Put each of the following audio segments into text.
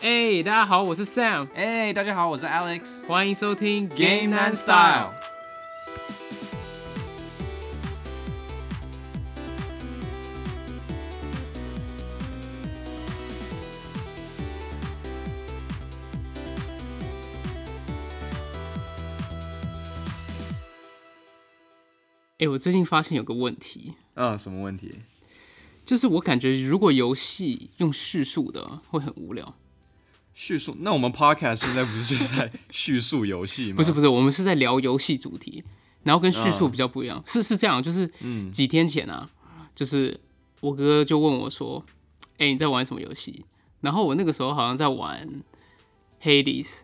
哎、大家好，我是 Sam，哎、大家好，我是 Alex。欢迎收听 Game Game and and Style Style。哎、我最近发现有个问题，啊嗯，什么问题？就是我感觉如果游戏用叙述的会很无聊。叙述？那我们 podcast 现在不是就是在叙述游戏吗？不是不是，我们是在聊游戏主题，然后跟叙述嗯比较不一样。是是这样，就是几天前啊，就是我哥哥就问我说：“哎、你在玩什么游戏？”然后我那个时候好像在玩 Hades，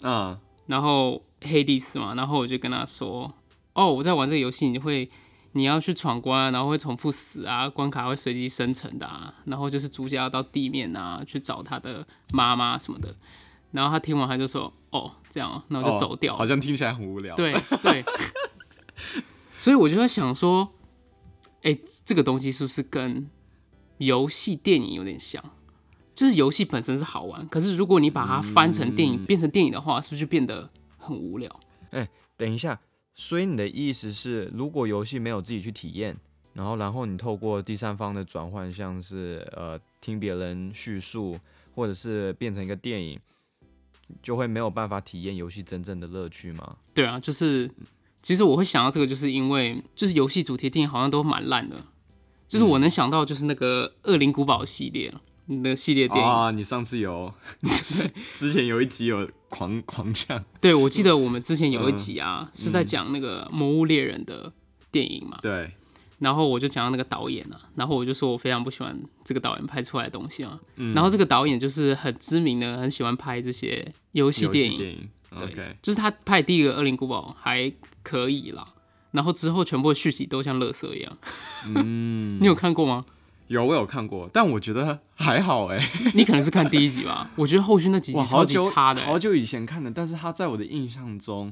啊嗯，然后 Hades 嘛，然后我就跟他说：“哦，我在玩这个游戏，你会你要去闯关啊，然后会重复死啊，关卡会随机生成的啊，然后就是主角要到地面啊去找他的妈妈什么的。”然后他听完他就说：“哦，这样啊，那我就哦走掉了。好像听起来很无聊。，对对， 所以我就在想说，哎、这个东西是不是跟游戏、电影有点像？就是游戏本身是好玩，可是如果你把它翻成电影，变成电影的话，是不是就变得很无聊？等一下，所以你的意思是，如果游戏没有自己去体验，然后然后你透过第三方的转换，像是呃听别人叙述，或者是变成一个电影，就会没有办法体验游戏真正的乐趣吗？对啊，就是其实我会想到这个，就是因为就是游戏主题电影好像都蛮烂的，就是我能想到就是那个《恶灵古堡》系列，那个系列电影，啊，你上次 有，之前有一集有狂狂呛，对我记得我们之前有一集啊，是在讲那个《魔物猎人》的电影嘛，对，然后我就讲到那个导演啊，然后我就说我非常不喜欢这个导演拍出来的东西啊。嗯然后这个导演就是很知名的，很喜欢拍这些游戏游电戏影。电影。对 OK，就是他拍第一个《恶灵古堡》还可以啦，然后之后全部的续集都像垃圾一样。嗯， 你有看过吗？有我有看过，但我觉得还好哎、你可能是看第一集吧，我觉得后续那几集哇，超好级久差的、好欸。久以前看的，但是它在我的印象中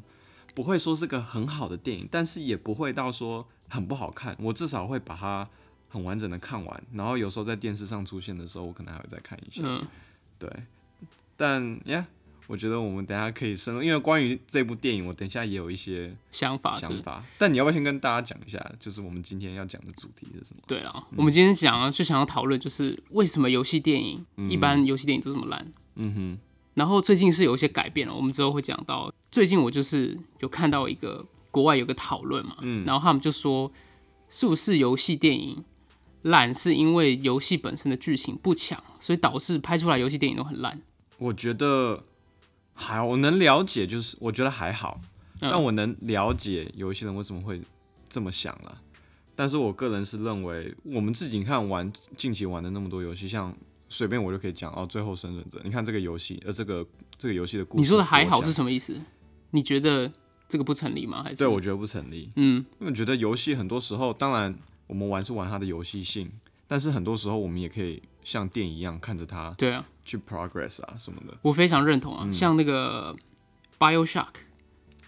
不会说是个很好的电影，但是也不会到说很不好看，我至少会把它很完整的看完，然后有时候在电视上出现的时候，我可能还会再看一下。嗯，对，但呀我觉得我们等一下可以深入，因为关于这部电影，我等一下也有一些想法啊是想法。但你要不要先跟大家讲一下，就是我们今天要讲的主题是什么？对了，我们今天讲啊，就想要讨论就是为什么游戏电影、一般游戏电影都这么烂。嗯哼，然后最近是有一些改变了，我们之后会讲到。最近我就是有看到一个国外有个讨论嘛，嗯然后他们就说，是不是游戏电影烂是因为游戏本身的剧情不强，所以导致拍出来游戏电影都很烂？我觉得还好我能了解，就是我觉得还好，嗯但我能了解有一些人为什么会这么想了。但是我个人是认为，我们自己看玩近期玩的那么多游戏，像随便我就可以讲哦，《最后生存者》，你看这个游戏，呃，这个这个游戏的故事，你说的还好是么？什么意思？你觉得这个不成立吗？还是对，我觉得不成立。嗯因为我觉得游戏很多时候，当然我们玩是玩它的游戏性，但是很多时候我们也可以像电影一样看着它对啊，去 progress 啊什么的。我非常认同啊，像那个 BioShock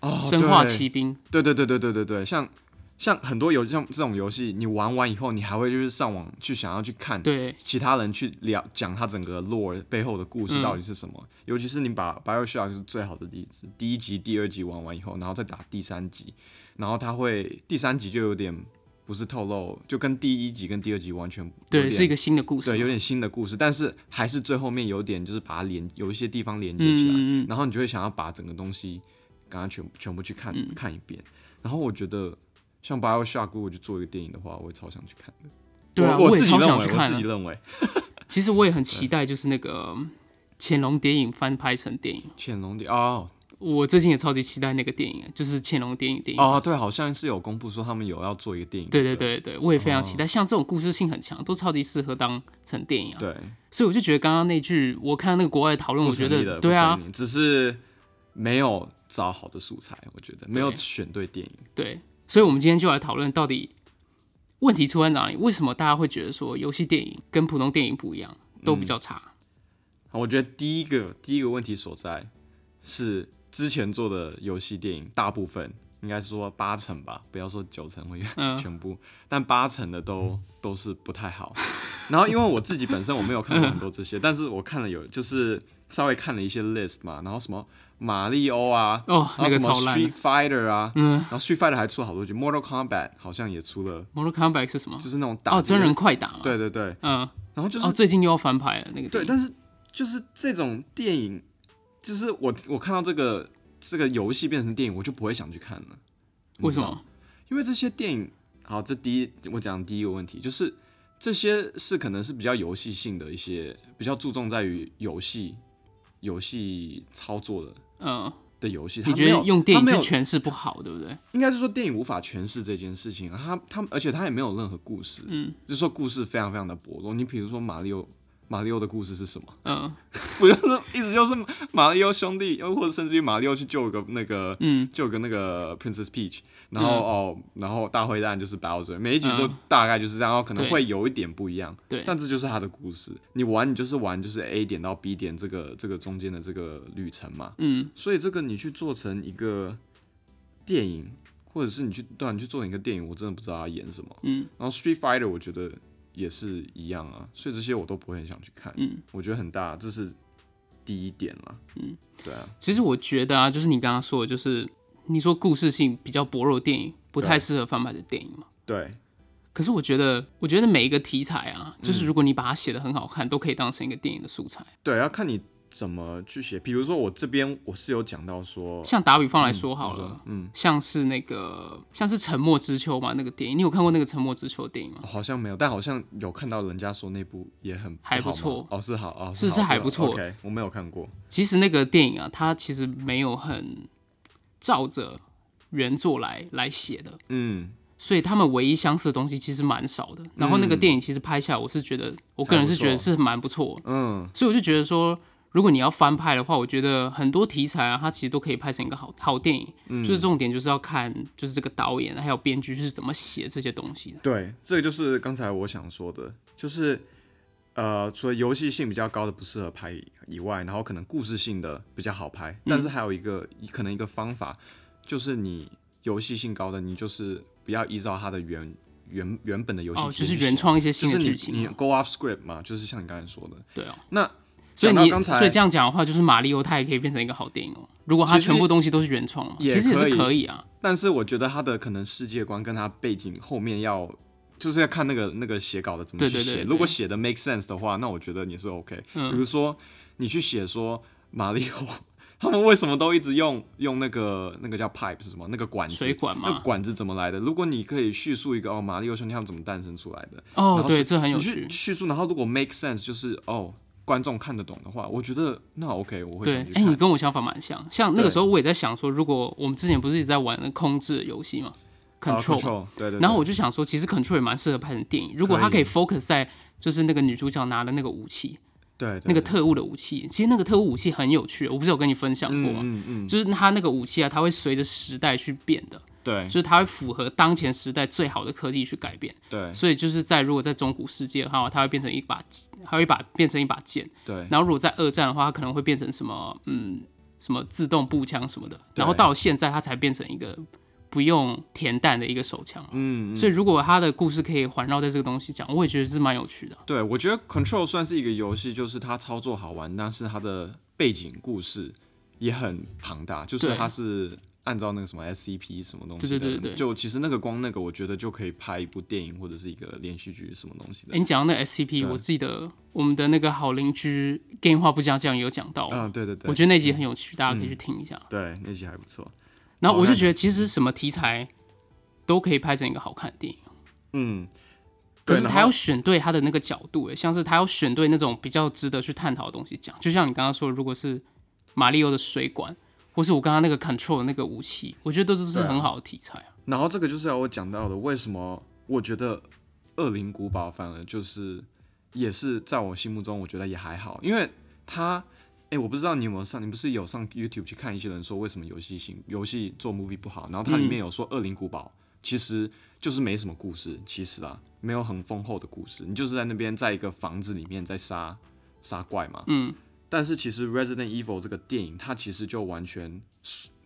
嗯哦，生化对奇兵，对对对对对对对，像像很多游像这种游戏，你玩完以后，你还会就是上网去想要去看对其他人去聊讲他整个 lore 背后的故事嗯到底是什么。尤其是你把 BioShock 是最好的例子，第一集、第二集玩完以后，然后再打第三集，然后他会第三集就有点不是透露，就跟第一集跟第二集完全有对，点是一个新的故事嘛，对，有点新的故事，但是还是最后面有点就是把它连有一些地方连接起来，嗯嗯嗯然后你就会想要把整个东西刚刚全部全部去看、嗯看一遍。然后我觉得像 BioShock 如果去做一个电影的话，我也超想去看的。对啊，我我也自己超认想为，我去看、啊自己。认为，其实我也很期待，就是那个嗯《潜龙谍影》翻拍成电影。潜龙的哦我最近也超级期待那个电影，就是《潜龙谍影》电影。哦，对，好像是有公布说他们有要做一个电影。嗯对对对对，我也非常期哦待。像这种故事性很强，都超级适合当成电影啊。对，所以我就觉得刚刚那句，我看那个国外的讨论，不我觉成立的得不对啊成，立只是没有找好的素材，我觉得没有对选对电影。对。所以我们今天就来讨论到底问题出在哪里？为什么大家会觉得说游戏电影跟普通电影不一样，都比较差？好我觉得第一个第一个问题所在是之前做的游戏电影大部分应该说八成吧，不要说九成会嗯全部，但八成的都都是不太好。然后因为我自己本身我没有看过很多这些，但是我看了有就是稍微看了一些 list 嘛，然后什么马里欧啊，哦然后什那么个超烂的嗯 Street Fighter 啊，然后 Street Fighter 还出了好多集，Mortal Kombat 好像也出了， Mortal Kombat 是什么？就是那种打哦，别真人，快打嘛。对对对，嗯，然后就是哦，最近又要翻拍了那个电对，影。但是就是这种电影，就是我我看到这个这个游戏变成电影，我就不会想去看了。你为知什道吗？么？因为这些电影，好，这第一我讲第一个问题就是这些是可能是比较游戏性的一些，比较注重在于游戏游戏操作的嗯，的游戏。你它觉没有得用电影它没去有诠释不好，对不对？应该是说电影无法诠释这件事情，啊它它而且它也没有任何故事，嗯，就是说故事非常非常的薄弱。你比如说马里奥，马里奥的故事是什么？嗯，不就是一直就是马里奥兄弟，又或者甚至于马里奥去救个那个，嗯，救个那个 Princess Peach，然后、嗯哦，然后大灰蛋就是 Bowser，每一集都嗯大概就是这样，然后可能对会有一点不一样，对但这就是他的故事。你玩你就是玩就是 A 点到 B 点这个这个中间的这个旅程嘛，嗯，所以这个你去做成一个电影，或者是你去对、啊、你去做成一个电影，我真的不知道他演什么，嗯，然后 Street Fighter 我觉得也是一样啊，所以这些我都不会很想去看，嗯，我觉得很大，这是第一点啦，嗯，对啊，其实我觉得啊，就是你刚刚说的，就是你说故事性比较薄弱的电影不太对适合翻拍的电影嘛。对，可是我觉得，我觉得每一个题材啊，嗯就是如果你把它写的很好看，都可以当成一个电影的素材。对，要看你怎么去写，比如说我这边我是有讲到说，像打比方来说好你了说，嗯，像是那个像是《沉默之秋》嘛，那个电影，你有看过那个《沉默之秋》的电影吗？好像没有，但好像有看到人家说那部也很还好不吗错哦，是好哦，是是好还不错 OK，我没有看过，其实那个电影啊，它其实没有很照着原作来来写的，嗯，所以他们唯一相似的东西其实蛮少的。然后那个电影其实拍下来，我是觉得，我个人是觉得是蛮不错的。嗯，所以我就觉得说，如果你要翻拍的话，我觉得很多题材啊，它其实都可以拍成一个好好电影。嗯就是重点就是要看，就是这个导演还有编剧是怎么写这些东西的。对，这个就是刚才我想说的，就是呃，除了游戏性比较高的不适合拍以外，然后可能故事性的比较好拍，但嗯是还有一个、可能一个方法，就是你游戏性高的，你就是不要依照它的原原原本的游戏、哦，就是原，创一些就新是的你剧情你嘛。 go off script 嘛，就是像你刚才说的，对哦，那所以讲到你刚才所以这样讲的话，就是马里奥它也可以变成一个好电影哦。如果它其实全部东西都是原创嘛，也其实也可是以嗯可以啊。但是我觉得他的可能世界观跟他背景后面要，就是要看那个那个写稿的怎么对去对对写。对嗯如果写的 make sense 的话，那我觉得你是 OK。比如说你去写说马里奥，他们为什么都一直用 用那个那个叫 pipe 是什么？那个管子，水管嘛那个管子怎么来的？如果你可以叙述一个哦，马里奥兄弟他们怎么诞生出来的？然哦，后对，去这很有你去趣。叙述，然后如果 make sense 就是哦，观众看得懂的话，我觉得那 OK，我会对想去，哎、你看。跟我想法蛮像。像那个对时候我也在想说，如果我们之前不是一直在玩那个控制的游戏嘛啊，Control，,、 control，对对对。然后我就想说，其实 Control 也蛮适合拍成电影。如果它可可以以 focus 在就是那个女主角拿的那个武器，对对那个对特务的武器，其实那个特务武器很有趣，我不是有跟你分享过嗯吗？嗯嗯，就是它那个武器啊，它会随着时代去变的，对就是它会符合当前时代最好的科技去改变。对所以就是在如果在中古世界的话，它会变成一把，它会把变成一把剑。对。然后如果在二战的话，它可能会变成什么嗯什么自动步枪什么的，对然后到了现在它才变成一个不用填弹的一个手枪。嗯，所以如果它的故事可以环绕在这个东西讲，我也觉得是蛮有趣的。对，我觉得 Control 算是一个游戏，就是它操作好玩，但是它的背景故事也很庞大，就是对它是按照那个什么 SCP 什么东西对的，对对对就其实那个光那个，我觉得就可以拍一部电影或者是一个连续剧什么东西哎、的。你讲到那个 SCP，对我记得我们的那个好邻居电话不加酱也有讲到，嗯，对对对，我觉得那集很有趣，大家可以去听一下。对那集还不错。然后我好就看觉得其实什么题材都可以拍成一个好看的电影。嗯，可对是然他要后选对他的那个角度，诶，像是他要选对那种比较值得去探讨的东西讲。就像你刚刚说，如果是马里奥的水管，或是我刚刚那个 control 的那个武器，我觉得都是对啊很好的题材啊。然后这个就是要我讲到的，为什么我觉得《恶灵古堡》反而就是也是在我心目中，我觉得也还好，因为它，哎，我不知道你有没有上，你不是有上 YouTube 去看一些人说为什么游戏性游戏做 movie 不好，然后它里面有说《恶灵古堡》其实就是没什么故事，其实啊，没有很丰厚的故事，你就是在那边在一个房子里面在杀杀怪嘛，嗯。但是其实《Resident Evil》这个电影，它其实就完全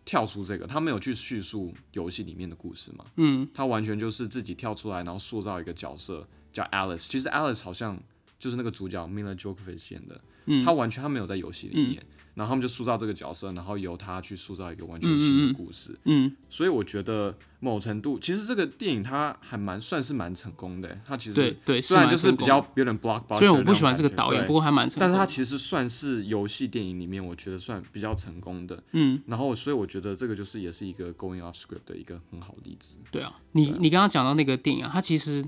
跳出这个，他没有去叙述游戏里面的故事嘛，嗯，他完全就是自己跳出来，然后塑造一个角色叫 Alice。其实 Alice 好像就是那个主角 Mila Djokovic 演的，嗯他完全他没有在游戏里面，然后他们就塑造这个角色，然后由他去塑造一个完全新的故事。嗯所以我觉得某程度，其实这个电影它还蛮算是蛮成功的。它其实对对是虽然就是蛮成功比较有点 blockbuster，虽然我不喜欢那这种个感觉导演，对不过还蛮成功但的。是它其实算是游戏电影里面我觉得算比较成功的。嗯，然后所以我觉得这个就是也是一个 going off script 的一个很好的例子。对啊，你你刚刚讲到那个电影啊，他其实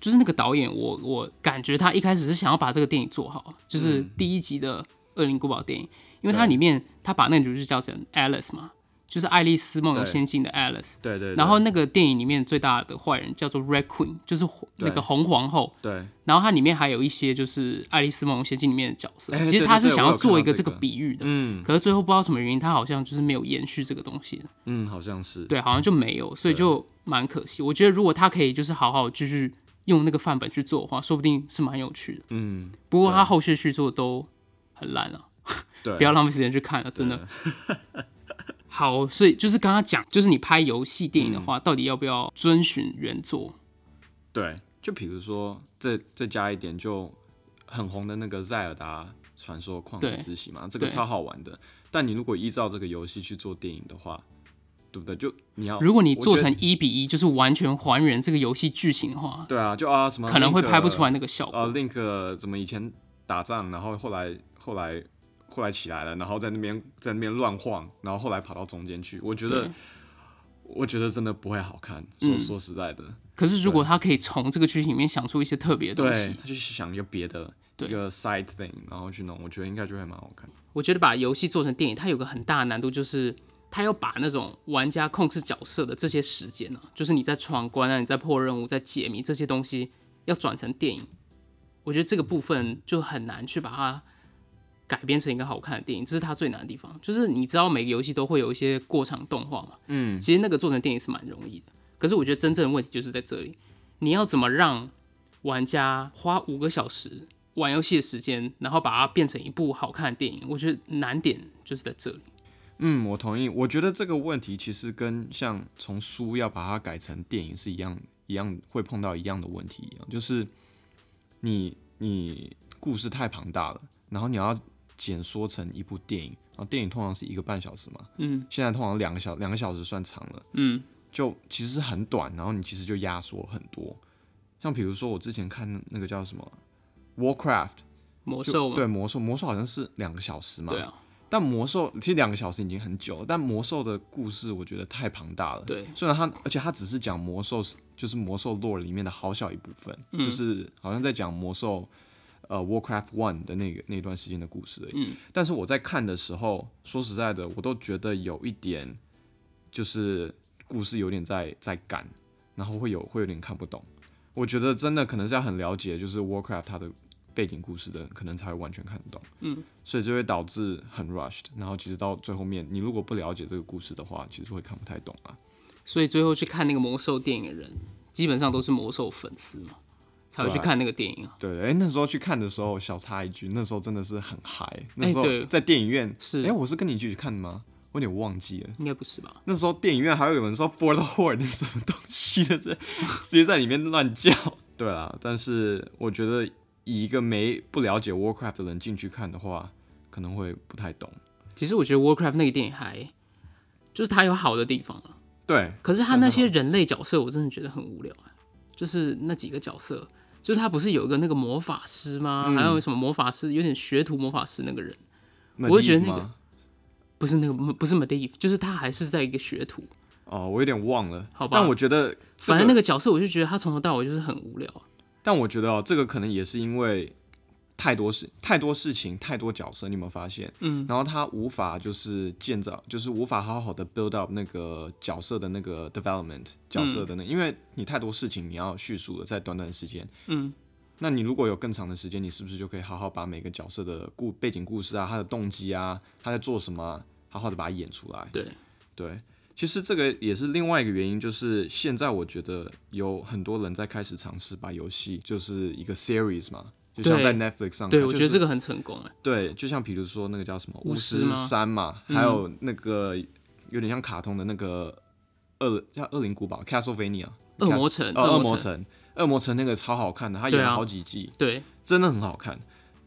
就是那个导演，我我感觉他一开始是想要把这个电影做好，啊就是第一集的《恶灵古堡》电影，因为它嗯对里面他把那个女主角叫成 Alice 嘛，就是《爱丽丝梦游对仙境》的 Alice。对对对然后那个电影里面最大的坏人叫做 Red Queen，就是红那对个红皇后。对然后它里面还有一些就是《爱丽丝梦游仙境》里面的角色，哎其实对他对是对想我要有做看一到个这这个个比喻的，嗯可是最后不知道什么原因，他好像就是没有延续这个东西，嗯，好像是对，好像就没有，所以就蛮可惜。我觉得如果他可以就是好好继续用那个范本去做的话，说不定是蛮有趣的。嗯不过他后续续作都很烂啊，对，不要浪费时间去看了，真的对。 好，所以就是刚刚讲，就是你拍游戏电影的嗯话，到底要不要遵循原作？对，就比如说再再加一点，就很红的那个《塞尔达传说：旷对野之息》嘛，这个对超好玩的。但你如果依照这个游戏去做电影的话，对不对？就你要如果你哦我做觉得成一比一，就是完全还原这个游戏剧情的话，对啊，就啊什么可能会 Link，拍不出来那个效呃果。 ，Link 呃怎么以前打仗，然后后来后来后来起来了，然后在那边在那边乱晃，然后后来跑到中间去，我觉得对我觉得真的不会好看。说、嗯说实在的，可是如果他可以从这个剧情里面想出一些特别的东对西，，他就想一个别的一对个 side thing，然后去弄，我觉得应该就会蛮好看。我觉得把游戏做成电影，它有个很大的难度，就是它要把那种玩家控制角色的这些时间呢、啊，就是你在闯关啊、你在破任务、在解谜这些东西，要转成电影。我觉得这个部分就很难去把它改编成一个好看的电影，这是它最难的地方。就是你知道每个游戏都会有一些过场动画嘛，嗯，其实那个做成电影是蛮容易的。可是我觉得真正的问题就是在这里，你要怎么让玩家花五个小时玩游戏的时间，然后把它变成一部好看的电影？我觉得难点就是在这里。嗯，我同意。我觉得这个问题其实跟像从书要把它改成电影是一样，一样会碰到一样的问题一样，就是你你故事太庞大了，然后你要简缩成一部电影，然后电影通常是一个半小时嘛，嗯现在通常两个小两个小时算长了，嗯就其实很短，然后你其实就压缩很多。像比如说我之前看那个叫什么《Warcraft》魔就，兽嘛对魔兽，魔兽好像是两个小时嘛，对啊，但魔兽其实两个小时已经很久了，但魔兽的故事我觉得太庞大了。对虽然它，而且它只是讲魔兽，就是魔兽 lore 里面的好小一部分，嗯就是好像在讲魔兽，呃，Warcraft One 的那个那段时间的故事而已。嗯但是我在看的时候，说实在的，我都觉得有一点，就是故事有点在在赶，然后会有会有点看不懂。我觉得真的可能是要很了解，就是 Warcraft 它的背景故事的，可能才会完全看得懂。嗯，所以就会导致很 rushed，然后其实到最后面，你如果不了解这个故事的话，其实会看不太懂啊。所以最后去看那个魔兽电影的人，基本上都是魔兽粉丝嘛，才会去对啊看那个电影啊。对，哎、那时候去看的时候，小插一句，那时候真的是很嗨。那时对候在电影院是哎、我是跟你一起去看的吗？我有点忘记了。应该不是吧？那时候电影院还会有人说 “for the horde” 什么东西的，这 直接在里面乱叫。对啊，但是我觉得以一个没不了解 Warcraft 的人进去看的话，可能会不太懂。其实我觉得 Warcraft 那个电影还，就是它有好的地方啊，对，可是他那些人类角色，我真的觉得很无聊啊。就是那几个角色，就是他不是有一个那个魔法师吗？嗯还有什么魔法师，有点学徒魔法师那个人，我会觉得那个 Medivh 吗不是那个不是 Medivh，就是他还是在一个学徒。哦，我有点忘了。好吧但我觉得、这个、反正那个角色，我就觉得他从头到尾就是很无聊啊。但我觉得哦，这个可能也是因为太多事、太多事情、太多角色，你有没有发现？嗯，然后他无法就是建造，就是无法好好的 build up 那个角色的那个 development 角色的那，因为你太多事情你要叙述了，在短短的时间，嗯，那你如果有更长的时间，你是不是就可以好好把每个角色的故背景故事啊、他的动机啊、他在做什么啊、好好的把它演出来？对，对，其实这个也是另外一个原因，就是现在我觉得有很多人在开始尝试把游戏就是一个 series 嘛，就像对在 Netflix 上看，对，就我是觉得这个很成功哎。对，就像比如说那个叫什么巫巫师嗯师吗三嘛，还有那个有点像卡通的那个恶叫恶灵古堡 Castlevania 恶魔城，哦，恶魔魔，城，恶魔城那个超好看的，他演对了啊好几季，对，真的很好看。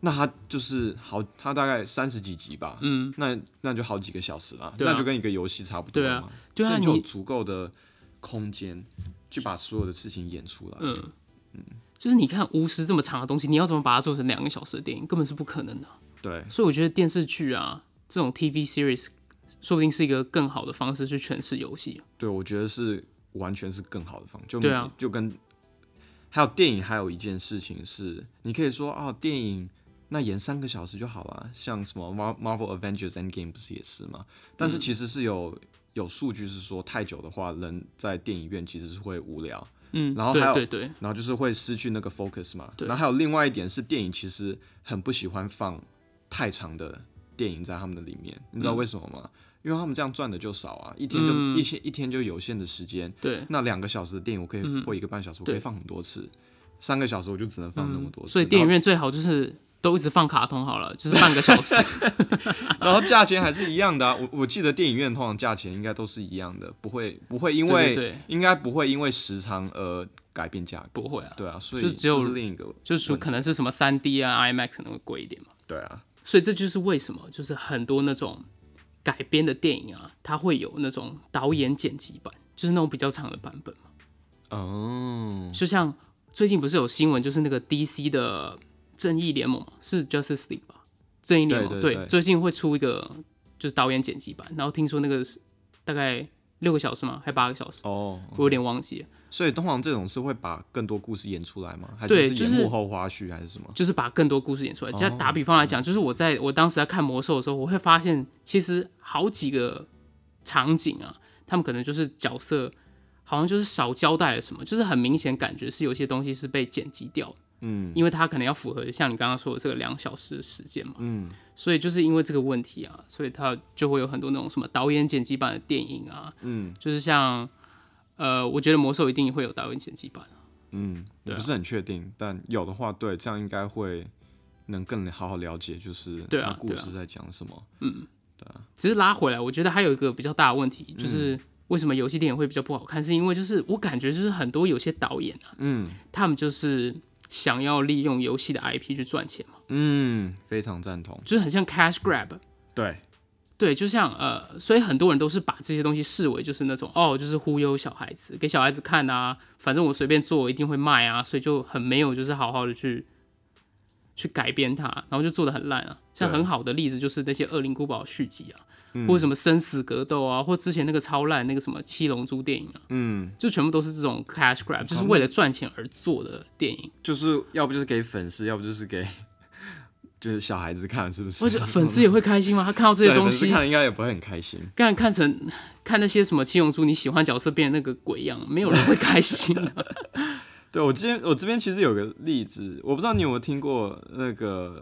那他就是好，他大概三十几集吧，嗯，那那就好几个小时啦，对啊那就跟一个游戏差不多对啊嘛，对啊所以就有你足够的空间去把所有的事情演出来。嗯，就是你看巫师这么长的东西，你要怎么把它做成两个小时的电影，根本是不可能的。对，所以我觉得电视剧啊，这种 TV series，说不定是一个更好的方式去诠释游戏。对，我觉得是完全是更好的方，就对啊就跟还有电影，还有一件事情是，你可以说啊，电影那演三个小时就好了，像什么 Mar- Marvel Avengers Endgame 不是也是吗？但嗯是其实是有、有数据是说，太久的话，人在电影院其实是会无聊，嗯，然后还有对对对，然后就是会失去那个 focus 嘛。对然后还有另外一点是，电影其实很不喜欢放太长的电影在他们的里面，你知道为什么吗？因为他们这样赚的就少啊，一天就、嗯一天一天就有限的时间，对。那两个小时的电影我可以、或一个半小时，我可嗯以对嗯放很多次，三个小时我就只能放那么多次。所以电影院最好就是都一直放卡通好了，就是半个 小时。然后，然后价钱还是一样的、啊。我我记得电影院通常价钱应该都是一样的，不会不会因为对对对应该不会因为时长而改变价格。不会啊，对啊，所以就只有这是另一个就是说可能是什么三 D 啊、IMAX 可能会贵一点嘛。对啊，所以这就是为什么，就是很多那种改编的电影啊，它会有那种导演剪辑版，就是那种比较长的版本嘛。哦，就像最近不是有新闻，就是那个 DC 的正义联盟嘛是 Justice League 吧？正义联盟对对对最近会出一个就是导演剪辑版，然后听说那个是大概六个小时嘛，还八个小时，哦，我有点忘记了，所以通常这种是会把更多故事演出来吗？还对是就是是演幕后花絮还是什么？就是把更多故事演出来。其实打比方来讲，就是我在我当时在看魔兽的时候，我会发现其实好几个场景啊，他们可能就是角色好像就是少交代了什么，就是很明显感觉是有些东西是被剪辑掉的。嗯，因为它可能要符合像你刚刚说的这个两小时的时间嘛，嗯，所以就是因为这个问题啊，所以它就会有很多那种什么导演剪辑版的电影啊，嗯，就是像呃，我觉得魔兽一定会有导演剪辑版，嗯，对啊不是很确定，但有的话，对，这样应该会能更好好了解，就是对啊它故对啊事在讲什么。只是拉回来，我觉得还有一个比较大的问题，就是为什么游戏电影会比较不好看，是因为就是我感觉就是很多有些导演啊，嗯他们就是想要利用游戏的 IP 去赚钱嘛，嗯，非常赞同。就是很像 cash grab。对，对，就像呃，所以很多人都是把这些东西视为就是那种哦，就是忽悠小孩子，给小孩子看啊，反正我随便做一定会卖啊，所以就很没有就是好好的去去改编它，然后就做的很烂啊。像对嗯很好的例子就是那些《恶灵古堡》续集啊，或者什么生死格斗啊，或之前那个超烂那个什么七龙珠电影啊，嗯，就全部都是这种 cash grab，就是哦为了赚钱而做的电影。就是要不就是给粉丝，要不就是给就是小孩子看，是不是？ 或者粉丝也会开心吗？他看到这些对东粉丝西，看了应该也不会很开心。看看成看那些什么七龙珠，你喜欢角色变成那个鬼样，没有人会开心啊 的。对我今天我这边其实有个例子，我不知道你有没有听过那个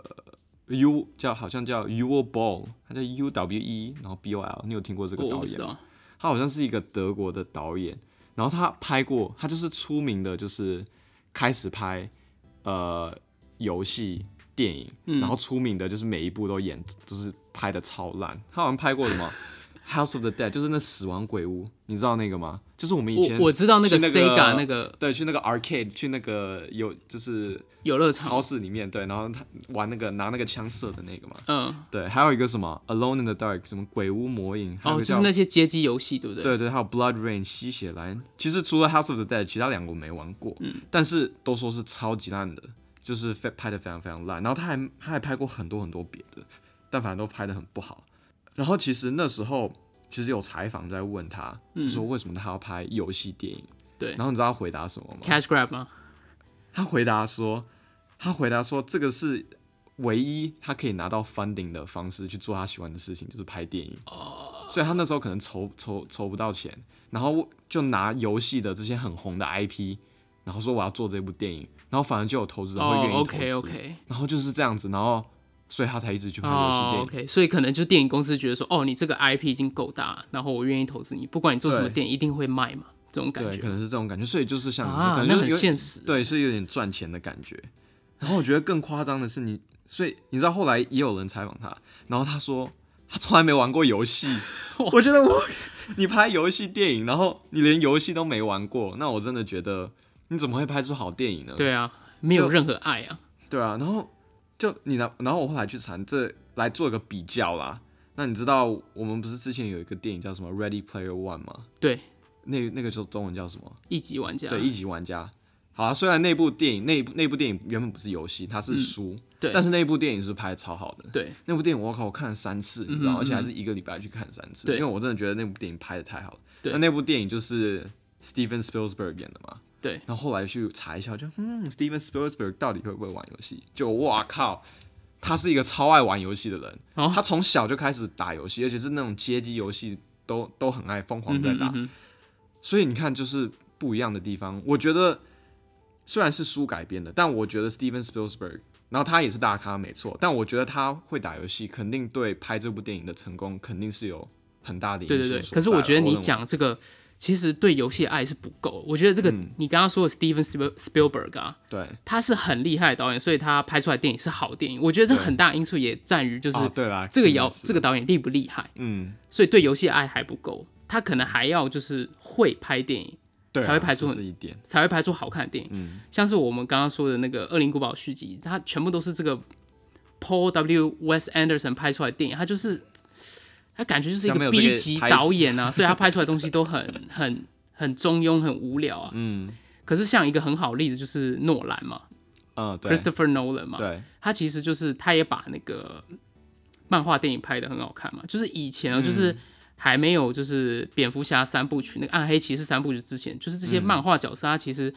U 叫好像叫 U Ball，它叫 U W E，然后 B O L，你有听过这个哦我导不演知吗？道，他好像是一个德国的导演，然后他拍过，他就是出名的，就是开始拍呃游戏电影，嗯然后出名的就是每一部都演，就是拍的超烂。他好像拍过 什么 House of the Dead，就是那死亡鬼屋，你知道那个吗？就是我们以前我我知道那个去那 Sega 那个对，去那个 arcade，去那个有就是游乐场超，市里面对，然后他玩那个拿那个枪射的那个嘛。嗯，对，还有一个什么 Alone in the Dark，什么鬼屋魔影，还有哦，一个就叫是那些街机游戏，对不对？，对对，还有 Blood Rain 吸血蓝。其实除了 House of the Dead，其他两个我没玩过，嗯但是都说是超级烂的，就是非拍的非常非常烂。然后他还他还拍过很多很多别的，但反正都拍的很不好。然后其实那时候其实有采访在问他，就说为什么他要拍游戏电影？嗯对然后你知道他回答什么吗？ ，Cash Grab 吗？他回答说，他回答说，这个是唯一他可以拿到 funding 的方式去做他喜欢的事情，就是拍电影。哦所以他那时候可能筹筹筹不到钱，然后就拿游戏的这些很红的 IP，然后说我要做这部电影，然后反而就有投资人会哦愿意投资。 ，OK OK，然后就是这样子，然后所以他才一直去拍游戏电哦影。 OK，所以可能就电影公司觉得说，哦，你这个 IP 已经够大，然后我愿意投资你，不管你做什么对电影，一定会卖嘛，这种感对，可觉能是这种感觉，所以就是像你说，啊可，能那就很有现实。对，所以有点赚钱的感觉。然后我觉得更夸张的是你，所以你知道后来也有人采访他，然后他说他从来没玩过游戏。我觉得我，你拍游戏电影，然后你连游戏都没玩过，那我真的觉得你怎么会拍出好电影呢？对啊，没有任何爱啊。对啊，然后就你拿，然后我后来去查这来做一个比较啦。那你知道我们不是之前有一个电影叫什么《Ready Player One》吗？对，那那个就中文叫什么？一级玩家，对，一级玩家。好啊，虽然那部电影那部那部电影原本不是游戏，它是书，嗯对但是那部电影是拍的超好的。对，那部电影我靠，我看了三次，你知道吗，而且还是一个礼拜去看三次，嗯对因为我真的觉得那部电影拍的太好了。对那那部电影就是 Steven Spielberg 演的嘛。对，然后后来去查一下，我就嗯，Steven Spielberg 到底会不会玩游戏？就哇靠，他是一个超爱玩游戏的人，哦他从小就开始打游戏，而且是那种街机游戏都都很爱疯狂在打。嗯哼所以你看，就是不一样的地方。我觉得虽然是书改编的，但我觉得 Steven Spielberg，然后他也是大咖没错，但我觉得他会打游戏，肯定对拍这部电影的成功肯定是有很大的影对响。对对。可是我觉得你，讲这个，其实对游戏的爱是不够。我觉得这个、嗯你刚刚说的 Steven Spiel- Spielberg 啊，对他是很厉害的导演，所以他拍出来的电影是好电影。我觉得这对很大因素也在于就是、啊，对啦，这个肯定导是这个，导演厉不厉害，嗯，所以对游戏的爱还不够，他可能还要就是会拍电影，对啊，才会拍出这很是一点，才会拍出好看的电影。嗯像是我们刚刚说的那个《恶灵古堡》续集，它全部都是这个 Paul W. Wes Anderson 拍出来的电影，他就是他感觉就是一像没个有这个 B 级拍导演啊，所以他拍出来的东西都 很很很中庸、很无聊啊。嗯可是像一个很好的例子就是诺兰嘛嗯，对，Christopher Nolan 嘛，对他其实就是他也把那个漫画电影拍的很好看嘛，就是以前啊，就是还没有就是蝙蝠侠三部曲那个暗黑骑士三部曲之前，就是这些漫画角色，他其实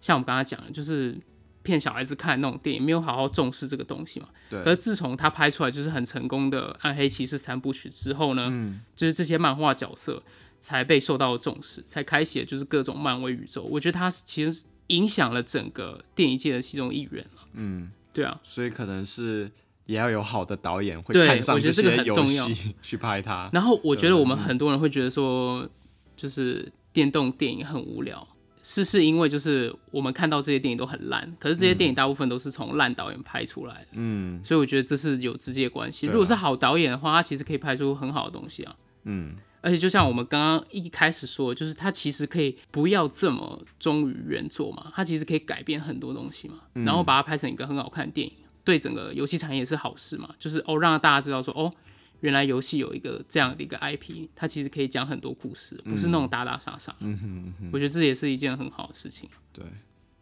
像我们刚刚讲的，就是骗小孩子看那种电影，没有好好重视这个东西嘛。可对是自从他拍出来就是很成功的暗黑骑士三部曲之后呢，就是这些漫画角色才被受到重视，才开启了就是各种漫威宇宙。我觉得他其实是影响了整个电影界的其中一员了。嗯，对啊。所以可能是。也要有好的导演会对看上我觉得这个些很游重要戏 去拍它，然后我觉得我们很多人会觉得说，就是电动电影很无聊，是是因为就是我们看到这些电影都很烂，可是这些电影大部分都是从烂导演拍出来的，嗯所以我觉得这是有直接关系。对啊如果是好导演的话，他其实可以拍出很好的东西啊。嗯，而且就像我们刚刚一开始说的，就是他其实可以不要这么忠于原作嘛，他其实可以改变很多东西嘛，嗯然后把它拍成一个很好看的电影，对整个游戏产业是好事嘛，就是哦让大家知道说哦，原来游戏有一个这样的一个 IP，它其实可以讲很多故事，不是那种打打杀杀。嗯哼，我觉得这也是一件很好的事情。对，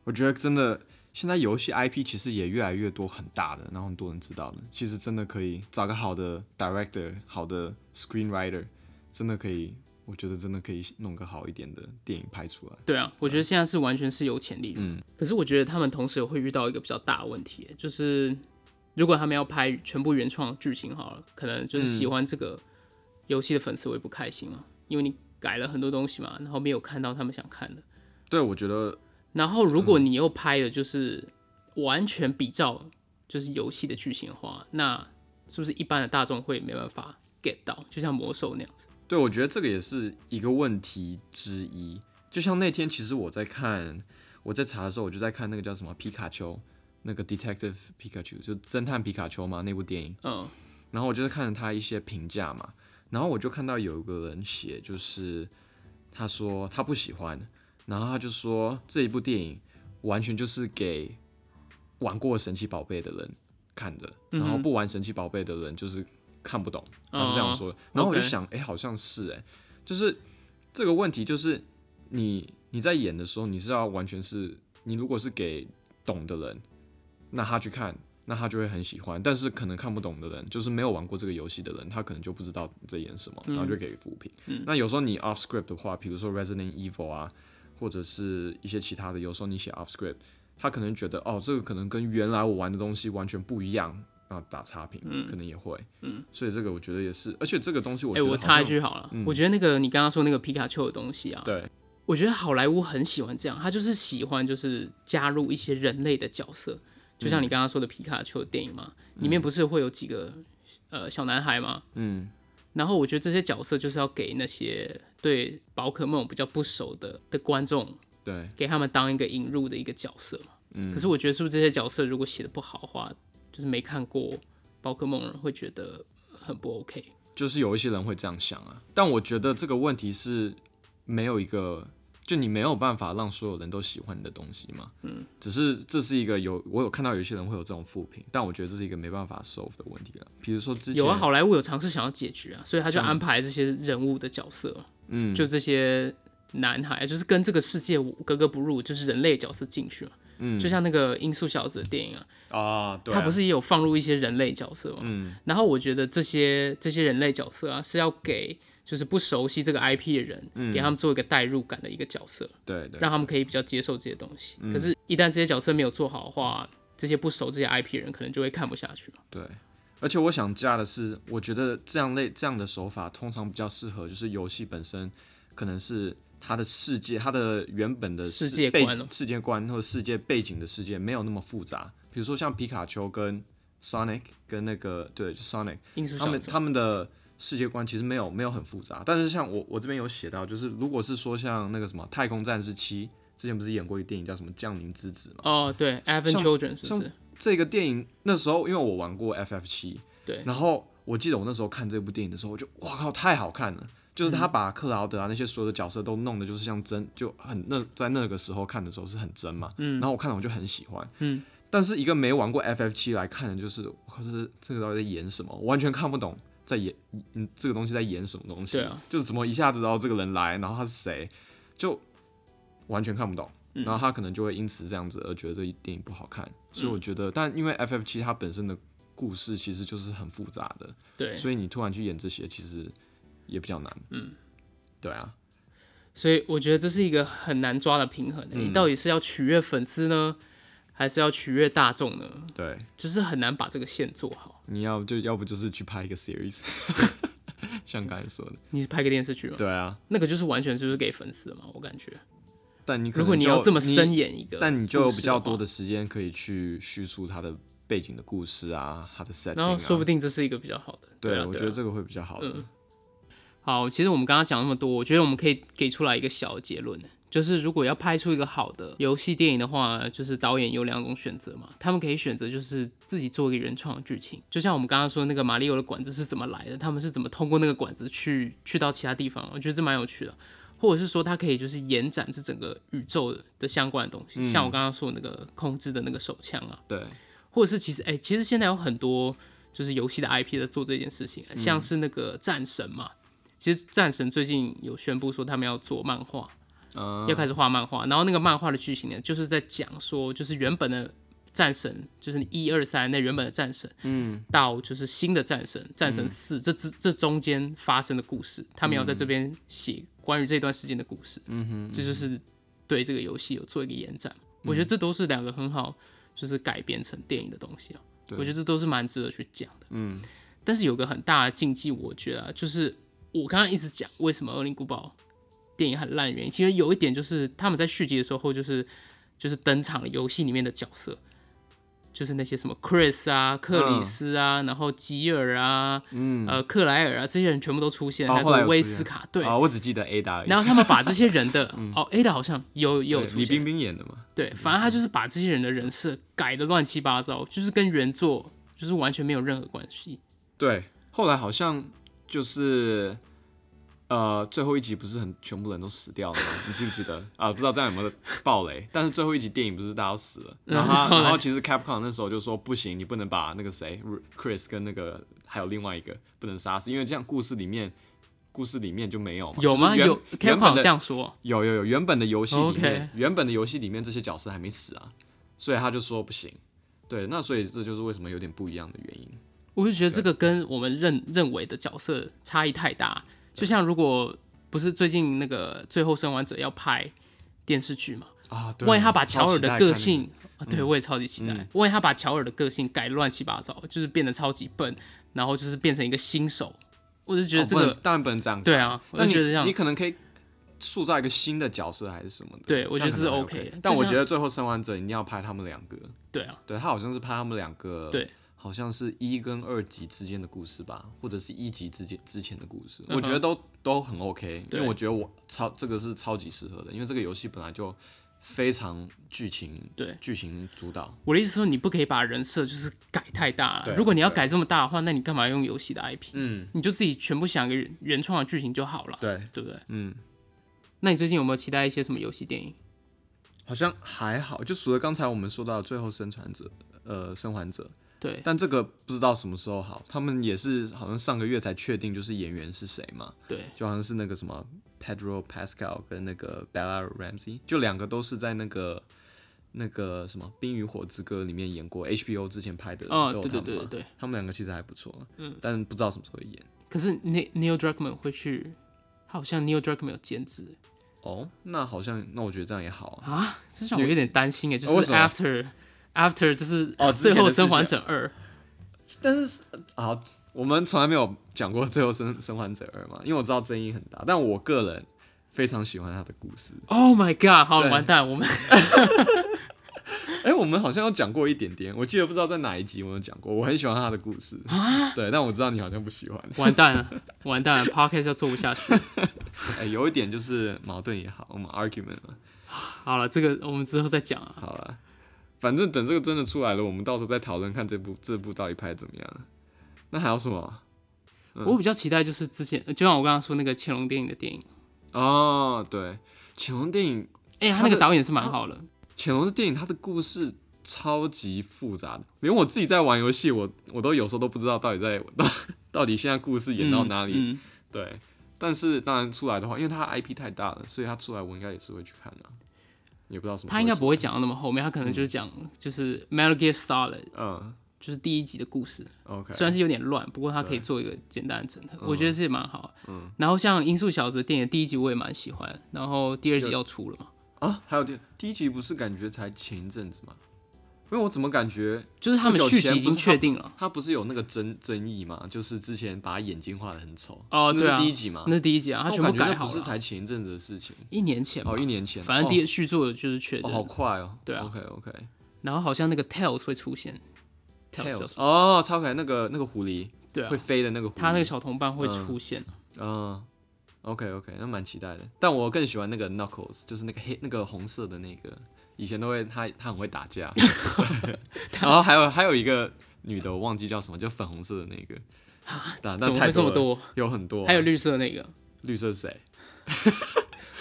我觉得真的现在游戏 IP 其实也越来越多很大的，然后很多人知道的，其实真的可以找个好的 director、好的 screenwriter，真的可以，我觉得真的可以弄个好一点的电影拍出来。对啊，嗯我觉得现在是完全是有潜力的。可是我觉得他们同时也会遇到一个比较大的问题，就是如果他们要拍全部原创剧情好了，可能就是喜欢这个游戏的粉丝会不开心嘛，啊因为你改了很多东西嘛，然后没有看到他们想看的。对，我觉得然后如嗯果你又拍的就是完全比较就是游戏的剧情的话，那是不是一般的大众会没办法 get 到？就像魔兽那样子。对，我觉得这个也是一个问题之一。就像那天，其实我在看，我在查的时候，我就在看那个叫什么皮卡丘，那个 Detective Pikachu，就侦探皮卡丘嘛，那部电影。嗯，然后我就是看了他一些评价嘛，然后我就看到有一个人写，就是他说他不喜欢，然后他就说这一部电影完全就是给玩过神奇宝贝的人看的，然后不玩神奇宝贝的人就是看不懂，他是这嗯样说的。然后我就哦 OK 想，哎、好像是哎、就是这个问题，就是你你在演的时候，你是要完全是你如果是给懂的人，那他去看，那他就会很喜欢。但是可能看不懂的人，就是没有玩过这个游戏的人，他可能就不知道你在演什么，嗯然后就给负评。那有时候你 off script 的话，比如说 Resident Evil 啊，或者是一些其他的，有时候你写 off script，他可能觉得哦，这个可能跟原来我玩的东西完全不一样。啊，打差评，可能也会，嗯，所以这个我觉得也是，而且这个东西我哎、觉得我好插一像嗯句好了，我觉得那个你刚刚说那个皮卡丘的东西啊，对，我觉得好莱坞很喜欢这样，他就是喜欢就是加入一些人类的角色，就像你刚刚说的皮卡丘的电影嘛，里面不是会有几个呃小男孩吗？嗯，然后我觉得这些角色就是要给那些对宝可梦比较不熟的的观众，对，给他们当一个引入的一个角色嘛。嗯，可是我觉得是不是这些角色如果写的不好的话，就是没看过宝可梦的人会觉得很不 OK。就是有一些人会这样想啊。但我觉得这个问题是没有一个，就你没有办法让所有人都喜欢你的东西嘛。嗯，只是这是一个有我有看到有一些人会有这种负评，但我觉得这是一个没办法 solve 的问题了。比如说之前有啊，好莱坞有尝试想要解决啊，所以他就安排这些人物的角色，嗯，就这些男孩，就是跟这个世界格格不入，就是人类角色进去嘛。嗯就像那个《音速小子》的电影啊，啊，对啊，他不是也有放入一些人类角色吗？嗯然后我觉得这些这些人类角色啊，是要给就是不熟悉这个 IP 的人，给他们做一个代入感的一个角色，对嗯对嗯让他们可以比较接受这些东西。可是，一旦这些角色没有做好的话，这些不熟这些 IP 的人可能就会看不下去了。对。而且我想加的是，我觉得这样类这样的手法通常比较适合，就是游戏本身可能是它的世界，它的原本的世世界背观哦世界观或者世界背景的世界没有那么复杂。比如说像皮卡丘跟 Sonic 跟那个对，就 Sonic 因素他小们子，他们的世界观其实没有没有很复杂，但是像我我这边有写到，就是如果是说像那个什么《太空战士七》，之前不是演过一个电影叫什么《降临之子》嘛？哦，对 a v e n 像 Children 是不是？这个电影那时候因为我玩过 FF 七，对然后我记得我那时候看这部电影的时候，我就哇靠，太好看了！就是他把克劳德啊那些所有的角色都弄的，就是像真，就很那在那个时候看的时候是很真嘛。嗯。然后我看了我就很喜欢。嗯。但是一个没玩过 FF 七来看的，就是我靠，这这个到底在演什么？我完全看不懂在演，嗯，这个东西在演什么东西？对啊。就是怎么一下子知道这个人来，然后他是谁，就完全看不懂。嗯然后他可能就会因此这样子而觉得这电影不好看。所以我觉得，但因为 FF 七它本身的故事其实就是很复杂的，对，所以你突然去演这些，其实也比较难。嗯，对啊，所以我觉得这是一个很难抓的平衡、欸嗯你到底是要取悦粉丝呢，还是要取悦大众呢？对，就是很难把这个线做好。你要就要不就是去拍一 个 series，像刚才说的，你拍个电视剧嘛，对啊。那个就是完全就是给粉丝的嘛，我感觉。但你可能如果你就要这么深你演一个，但你就有比较多的，时间可以去叙述它的背景的故事啊，它的 setting 然啊。后说不定这是一个比较好的。对啊，我对啊觉得这个会比较好的。好。其实我们刚刚讲那么多，我觉得我们可以给出来一个小的结论，就是如果要拍出一个好的游戏电影的话，就是导演有两种选择嘛，他们可以选择就是自己做一个原创的剧情，就像我们刚刚说那个马里奥的管子是怎么来的，他们是怎么通过那个管子去去到其他地方，我觉得这蛮有趣的。或者是说，它可以就是延展这整个宇宙的相关的东西，像我刚刚说的那个空之的那个手枪啊，对，或者是其实哎、其实现在有很多就是游戏的 IP 在做这件事情，像是那个战神嘛，其实战神最近有宣布说他们要做漫画，嗯要开始画漫画，然后那个漫画的剧情呢，就是在讲说，就是原本的战神，就是一二三那原本的战神，嗯，到就是新的战神，战神四、这之这中间发生的故事，他们要在这边写关于这段时间的故事，嗯哼，这就是对这个游戏有做一个延展。我觉得这都是两个很好，就是改编成电影的东西啊。对我觉得这都是蛮值得去讲的。嗯，但是有个很大的禁忌，我觉得、啊、就是我刚刚一直讲为什么《恶灵古堡》电影很烂的原因，其实有一点就是他们在续集的时候，就是就是登场了游戏里面的角色。就是那些什么 Chris 啊、克里斯啊，然后吉尔啊、嗯，呃克莱尔啊，这些人全部都出现，哦还有什后来么有威出现斯卡，对，啊，我只记得 Ada，而已然后他们把这些人的、哦，Ada 好像有也有嗯对出李冰现，冰演的嘛。对，反正他就是把这些人的人设改的乱七八糟，就是跟原作就是完全没有任何关系。对，后来好像就是呃，最后一集不是很全部人都死掉了吗？你记不记 得啊？不知道这样有没有暴雷？但是最后一集电影不是大家都死了，然后然后他嘞然后其实 Capcom 那时候就说不行，你不能把那个谁 Chris 跟那个还有另外一个不能杀死，因为这样故事里面。故事里面就没有嘛有吗？哦就是原有原本 Capcom 的这样说，有有有，原本的游戏里面 OK 原本的游戏里面这些角色还没死啊，所以他就说不行。对，那所以这就是为什么有点不一样的原因。我就觉得这个跟我们认认为的角色差异太大。就像如果不是最近那个《最后生还者》要拍电视剧嘛，啊，对万一他把乔尔的个，超期待看那嗯性，啊、对我也超级期待。万一他把乔尔的个性改乱七八糟，就是变得超级笨，然后就是变成一个新手，我就觉得哦这不个、能当然不能这样，对，啊，我但就你觉得这样你可能可以塑造一个新的角色还是什么的，对我觉得这样这是可能还 OK 的但就我像觉得最后生还者一定要拍他们两个，对啊，对他好像是拍他们两个，对，好像是一跟二集之间的故事吧，或者是一集之间之前的故事，哼我觉得都都很 OK，因对为我觉得我超这个是超级适合的，因为这个游戏本来就非常剧情对剧情主导。我的意思说，你不可以把人设就是改太大了。对如果你要对改这么大的话，那你干嘛用游戏的 IP？、嗯，你就自己全部想一个原原创的剧情就好了，对，对不对？嗯，那你最近有没有期待一些什么游戏电影？好像还好，就除了刚才我们说到的最后生产者，呃，生还者，对，但这个不知道什么时候好。他们也是好像上个月才确定就是演员是谁嘛，对，就好像是那个什么 Pedro Pascal 跟那个 Bella Ramsey，就两个都是在那个那个什么《冰与火之歌》里面演过，HBO 之前拍的，哦，都对有对他们对对嘛对。他们两个其实还不错，嗯，但不知道什么时候会演。可是 Ne- Neil Druckmann 会去，好像 Neil Druckmann 有监制哦，那好像那我觉得这样也好啊。啊，这让我有点担心哎，就为是什么 After After 就是哦之最前的后生还者二，但是啊，我们从来没有讲过《最后生生还者二》嘛，因为我知道争议很大，但我个人非常喜欢他的故事。 Oh my god！好对完蛋，我们哎、我们好像有讲过一点点，我记得不知道在哪一集我有讲过，我很喜欢他的故事对，但我知道你好像不喜欢。完蛋了，完蛋了，Podcast 要做不下去。哎、有一点就是矛盾也好，我们 argument 嘛，好了，这个我们之后再讲啊。好了，反正等这个真的出来了，我们到时候再讨论看这部这部到底拍得怎么样。啊那还有什么？嗯我比较期待就是之前，就像我刚刚说那个乾隆电影的电影，哦，对，乾隆电影，哎、他他那个的导演是蛮好的，乾隆的电影，它的故事超级复杂的，连我自己在玩游戏，我我都有时候都不知道到底在到到底现在故事演到哪里。嗯嗯对，但是当然出来的话，因为它 IP 太大了，所以它出来我应该也是会去看的、也不知道什么时候出来。他应该不会讲到那么后面，他可能就是讲就是 Metal Gear Solid，嗯就是第一集的故事， ，OK，虽然是有点乱，不过他可以对做一个简单的整合，我觉得是蛮好。嗯，然后像《音速小子》的电影第一集我也蛮喜欢，然后第二集要出了嘛，啊，还有第第一集不是感觉才前一阵子吗？因为我怎么感觉就是他们不久续集前已经啊不是确定了，他不是有那个争争议嘛？就是之前把他眼睛画的很丑，哦那对啊是第一集嘛。那是第一集啊，他但我全部感觉改那好不是了，才前一阵子的事情，一年前吧哦，一年前，反正第哦续作就是确哦好定，快哦，对啊，OK OK。然后好像那个 Tails 会出现 Tails 叫什么哦，超可爱，那个那个狐狸对啊会，飞的那个狐狸，他那个小同伴会出现，嗯，OK OK，那蛮期待的。但我更喜欢那个 Knuckles，就是那个黑那个红色的那个，以前都会他他很会 打架， 然后还有还有一个女的我忘记叫什么，就粉红色的那个，但啊怎但么太会这么了，多？有很多啊，还有绿色的那个，绿色是谁？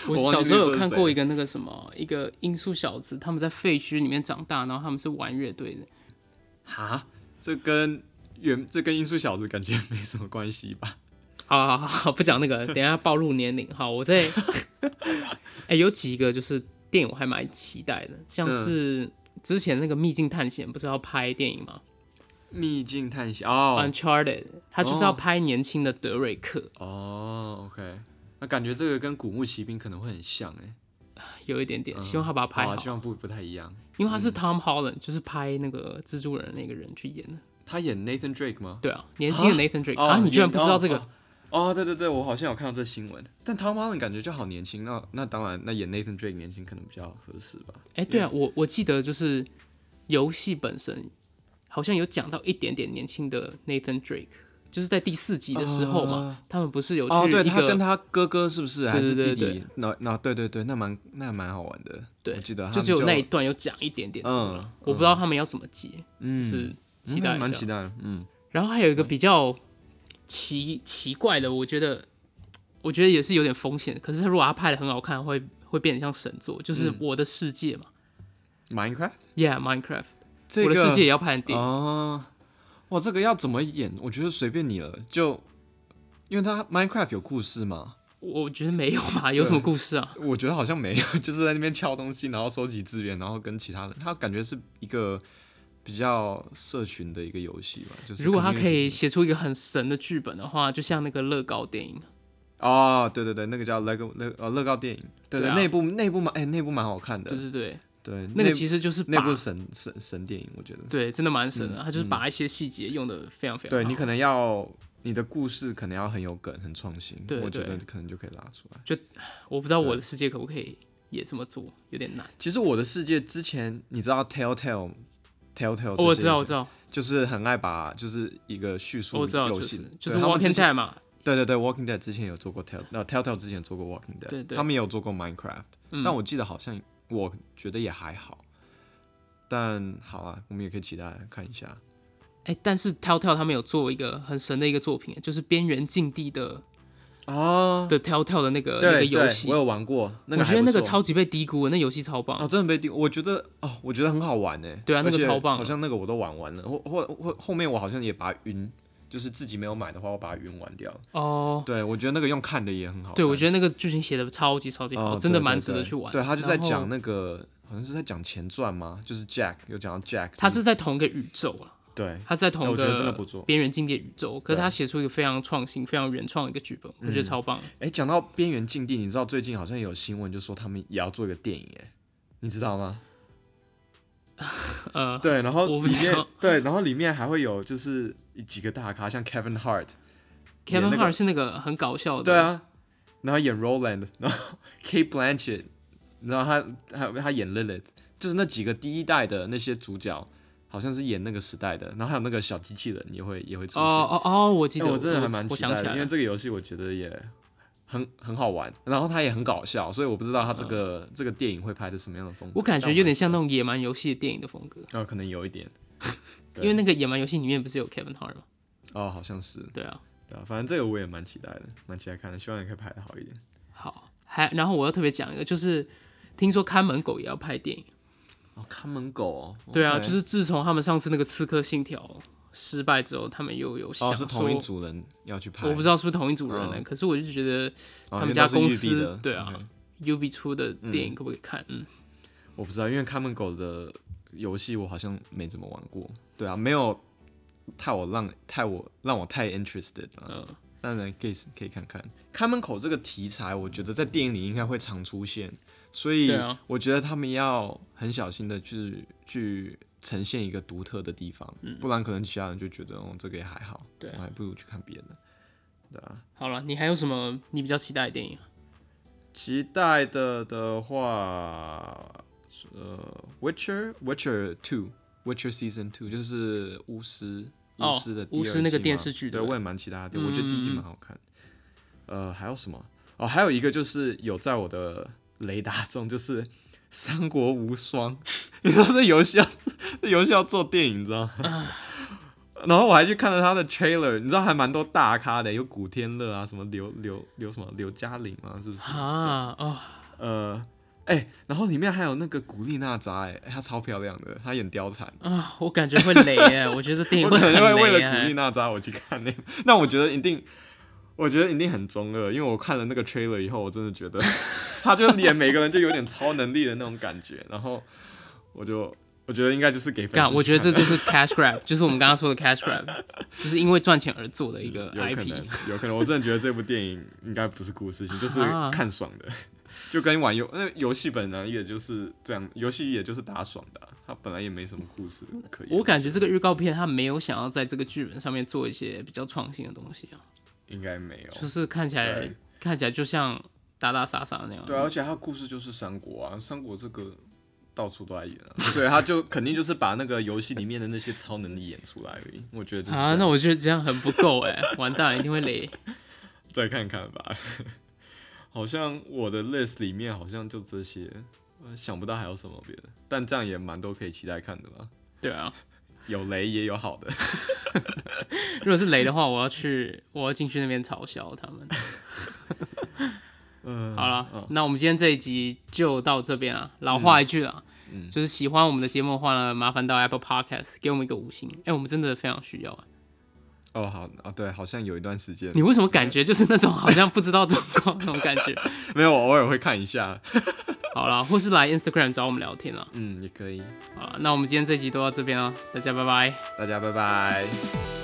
我我忘记小时候有绿色是看谁过一个那个什么，一个音速小子，他们在废墟里面长大，然后他们是玩乐队的。哈，这跟原这跟音速小子感觉没什么关系吧？好好好好，不讲那 个，等一下暴露年龄。好，我在， 哎、有几个就是电影我还蛮期待的，像嗯是之前那个《秘境探险》不是要拍电影吗、秘境探险哦 Uncharted，他就是要拍年轻的德瑞克，哦，OK，那感觉这个跟古墓奇兵可能会很像哎、有一点点，希望他把它哦拍好好，啊希望嗯不不太一样。因为他是 Tom Holland，就是拍那个蜘蛛人的那个人去演的。他演 Nathan Drake 吗？对啊，年轻的 Nathan Drake 哦啊，你居然不知道这？演个哦？哦，哦对对对，我好像有看到这新闻。但 Tom Holland 感觉就好年轻，那那当然，那演 Nathan Drake 年轻可能比较合适吧。哎、对啊，我我记得就是游戏本身好像有讲到一点点年轻的 Nathan Drake，就是在第四集的时候嘛，他们不是有去哦，一个、对他跟他哥哥是不是还对是对弟对弟？那那对对对，那蛮那蛮好玩的。对我记得他就们只有那一段有讲一点点这个嗯了，我不知道他们要怎么接，就是期待嗯一蛮下期待的。嗯，然后还有一个比较奇奇怪的，我觉得我觉得也是有点风险，可是如果他拍的很好看，会会变得像神作，嗯就是《我的世界》嘛、 Minecraft y e a h Minecraft，、这个我的世界也要拍成电影。哦，哇，这个要怎么演？我觉得随便你了，就因为他 Minecraft 有故事嘛。我觉得没有 吧，有什么故事啊？我觉得好像没有， 就是在那边敲东西，然后收集资源，然后跟其他人，他感觉是一个比较社群的一个游戏吧。就是如果他可 community 以写出一个很神的剧本的话，就像那个乐高电影，哦，对对对，那个叫乐高乐呃乐高电影，对对啊那部那部蛮哎那部蛮好看的，对对对，对那个其实就是那把部神神神电影，我觉得。对，真的蛮神的，他就是把一些细节用的非常非常对好。你可能要你的故事可能要很有梗，很创新，对我觉对得可能就可以拉出来。我不知道我的世界可不可以也这么做，有点难。其实我的世界之前你知道 Telltale。Telltale，哦我知道，我道。知道，就是很爱把就是一个叙述我知道，游就戏是对就是他们 Walking 之前 Dead 嘛，对对对，Walking Dead 之前有做过 Tell，那 Telltale 之前有做过 Walking Dead，对对嗯他们也有做过 Minecraft，、但我记得好像我觉得也还好。但好啊，我们也可以期待看一下。哎、但是 Telltale 他们有做一个很神的一个作品，就是《边缘禁地的》哦，的 Telltale 的那个对那个对，游戏我，有玩过，那个我觉得那个还不错超级被低估的，那游戏超棒。哦，真的被定，我觉得哦，我觉得很好玩呢。对啊那个而且超棒的好像那个我都玩完了，或或或后面我好像也把它晕，就是自己没有买的话，我把它晕完掉。哦，对，我觉得那个用看的也很好看。对，我觉得那个剧情写的超级超级好，哦真的对蛮对值得对去玩。对他就在然后讲那个，好像是在讲前传吗？就是 Jack 有讲到 Jack，它是在同一个宇宙啊，对它是在同嗯哎一我觉得真的不个错边缘境界宇宙，可是对啊它写出一个非常创新、非常原创的一个剧本，我觉得超棒。哎，讲到边缘境地，你知道最近好像有新闻就说他们也要做一个电影，哎，你知道吗？呃，对，然后我不里知面道对，然后里面还会有就是几个大咖，像 Kevin Hart，演 Kevin 那个 Hart 是那个很搞笑的，对，啊，然后演 Roland，然后 Kate Blanchett，然后他他他演 Lilith，就是那几个第一代的那些主角，好像是演那个时代的，然后还有那个小机器人也会也会出现。哦哦哦，我记哎得，我真的还蛮我期想待起的，来因为了，这个游戏我觉得也很很好玩，然后它也很搞笑，所以我不知道它这个、这个电影会拍的什么样的风格。嗯我感觉但有点像那种野蛮游戏的电影的风格，呃，可能有一点，对因为那个野蛮游戏里面不是有 Kevin Hart 吗？哦，好像是对啊，对啊，反正这个我也蛮期待的，蛮期待看的，希望也可以拍的好一点。好，还然后我要特别讲一个，就是听说看门狗也要拍电影。哦，看门狗哦，对啊， OK 就是自从他们上次那个《刺客信条》失败之后，他们又有想哦，说，是同一组人要去拍，我不知道是不是同一组人呢、嗯可是我就觉得哦他们因为家都是公育碧司的对啊 OK UB 出的电影可不可以看？嗯，我不知道，因为看门狗的游戏我好像没怎么玩过，对啊，没有太我让太我让我太 interested 啊，嗯当然可以可以看看看门口这个题材，我觉得在电影里应该会常出现，所以对啊我觉得他们要很小心的去去呈现一个独特的地方，不然可能其他人就觉得哦这个也还好，嗯对啊我还不如去看别的，对啊。好了，你还有什么你比较期待的电影啊？期待的的话，呃，《Witcher》《Witcher Two》《Witcher Season Two》就是巫师哦巫师的第二季巫师那个嘛电视剧对对我也蛮期待的，嗯我觉得第一季蛮好看。呃，还有什么？哦，还有一个就是有在我的雷达中，就是《三国无双》， 你知道这游戏要这游戏要做电影，你知道吗？然后我还去看了他的 trailer，你知道还蛮多大咖的，有古天乐啊，什么刘刘刘什么刘嘉玲啊，是不是？啊哦，呃，哎、然后里面还有那个古力娜扎、哎、哎她超漂亮的，她演貂蝉。啊，我感觉会雷哎、我觉得电影 我可很能会为雷了古哎、力娜扎我去看那个，那我觉得一定，我觉得一定很中二，因为我看了那个 trailer 以后，我真的觉得 他就演每个人就有点超能力的那种感觉，然后我就我觉得应该就是给粉干，丝，啊我觉得这就是 cash grab，就是我们刚刚说的 cash grab，就是因为赚钱而做的一个嗯有可 IP 能。，有可能，我真的觉得这部电影应该不是故事性，就是啊看爽的，就跟玩游那游戏本来也就是这样，游戏也就是打爽的啊、它本来也没什么故事可以。我感觉这个预告片他没有想要在这个剧本上面做一些比较创新的东西啊，应该没有，就是看起来哦对看起来就像打打杀杀那样。对啊，而且它故事就是三国啊，三国这个到处都在演啊，对，他就肯定就是把那个游戏里面的那些超能力演出来而已。我觉得就是这啊，样那我觉得这样很不够哎、完蛋，一定会雷。再看看吧。好像我的 list 里面好像就这些，呃想不到还有什么别的，但这样也蛮多可以期待看的啦。对啊，有雷也有好的，如果是雷的话，我要去，我要进去那边嘲笑他们。嗯，好了，那我们今天这一集就到这边啊。老话一句啊，嗯就是喜欢我们的节目的话呢，麻烦到 Apple Podcast 给我们一个五星。哎、我们真的非常需要啊。哦好啊，对，好像有一段时间你为什么感觉就是那种好像不知道状况那种感觉？没有，我偶尔会看一下，好了，或是来 Instagram 找我们聊天啊。嗯，也可以，好了，那我们今天这集都到这边啊，大家拜拜。大家拜拜。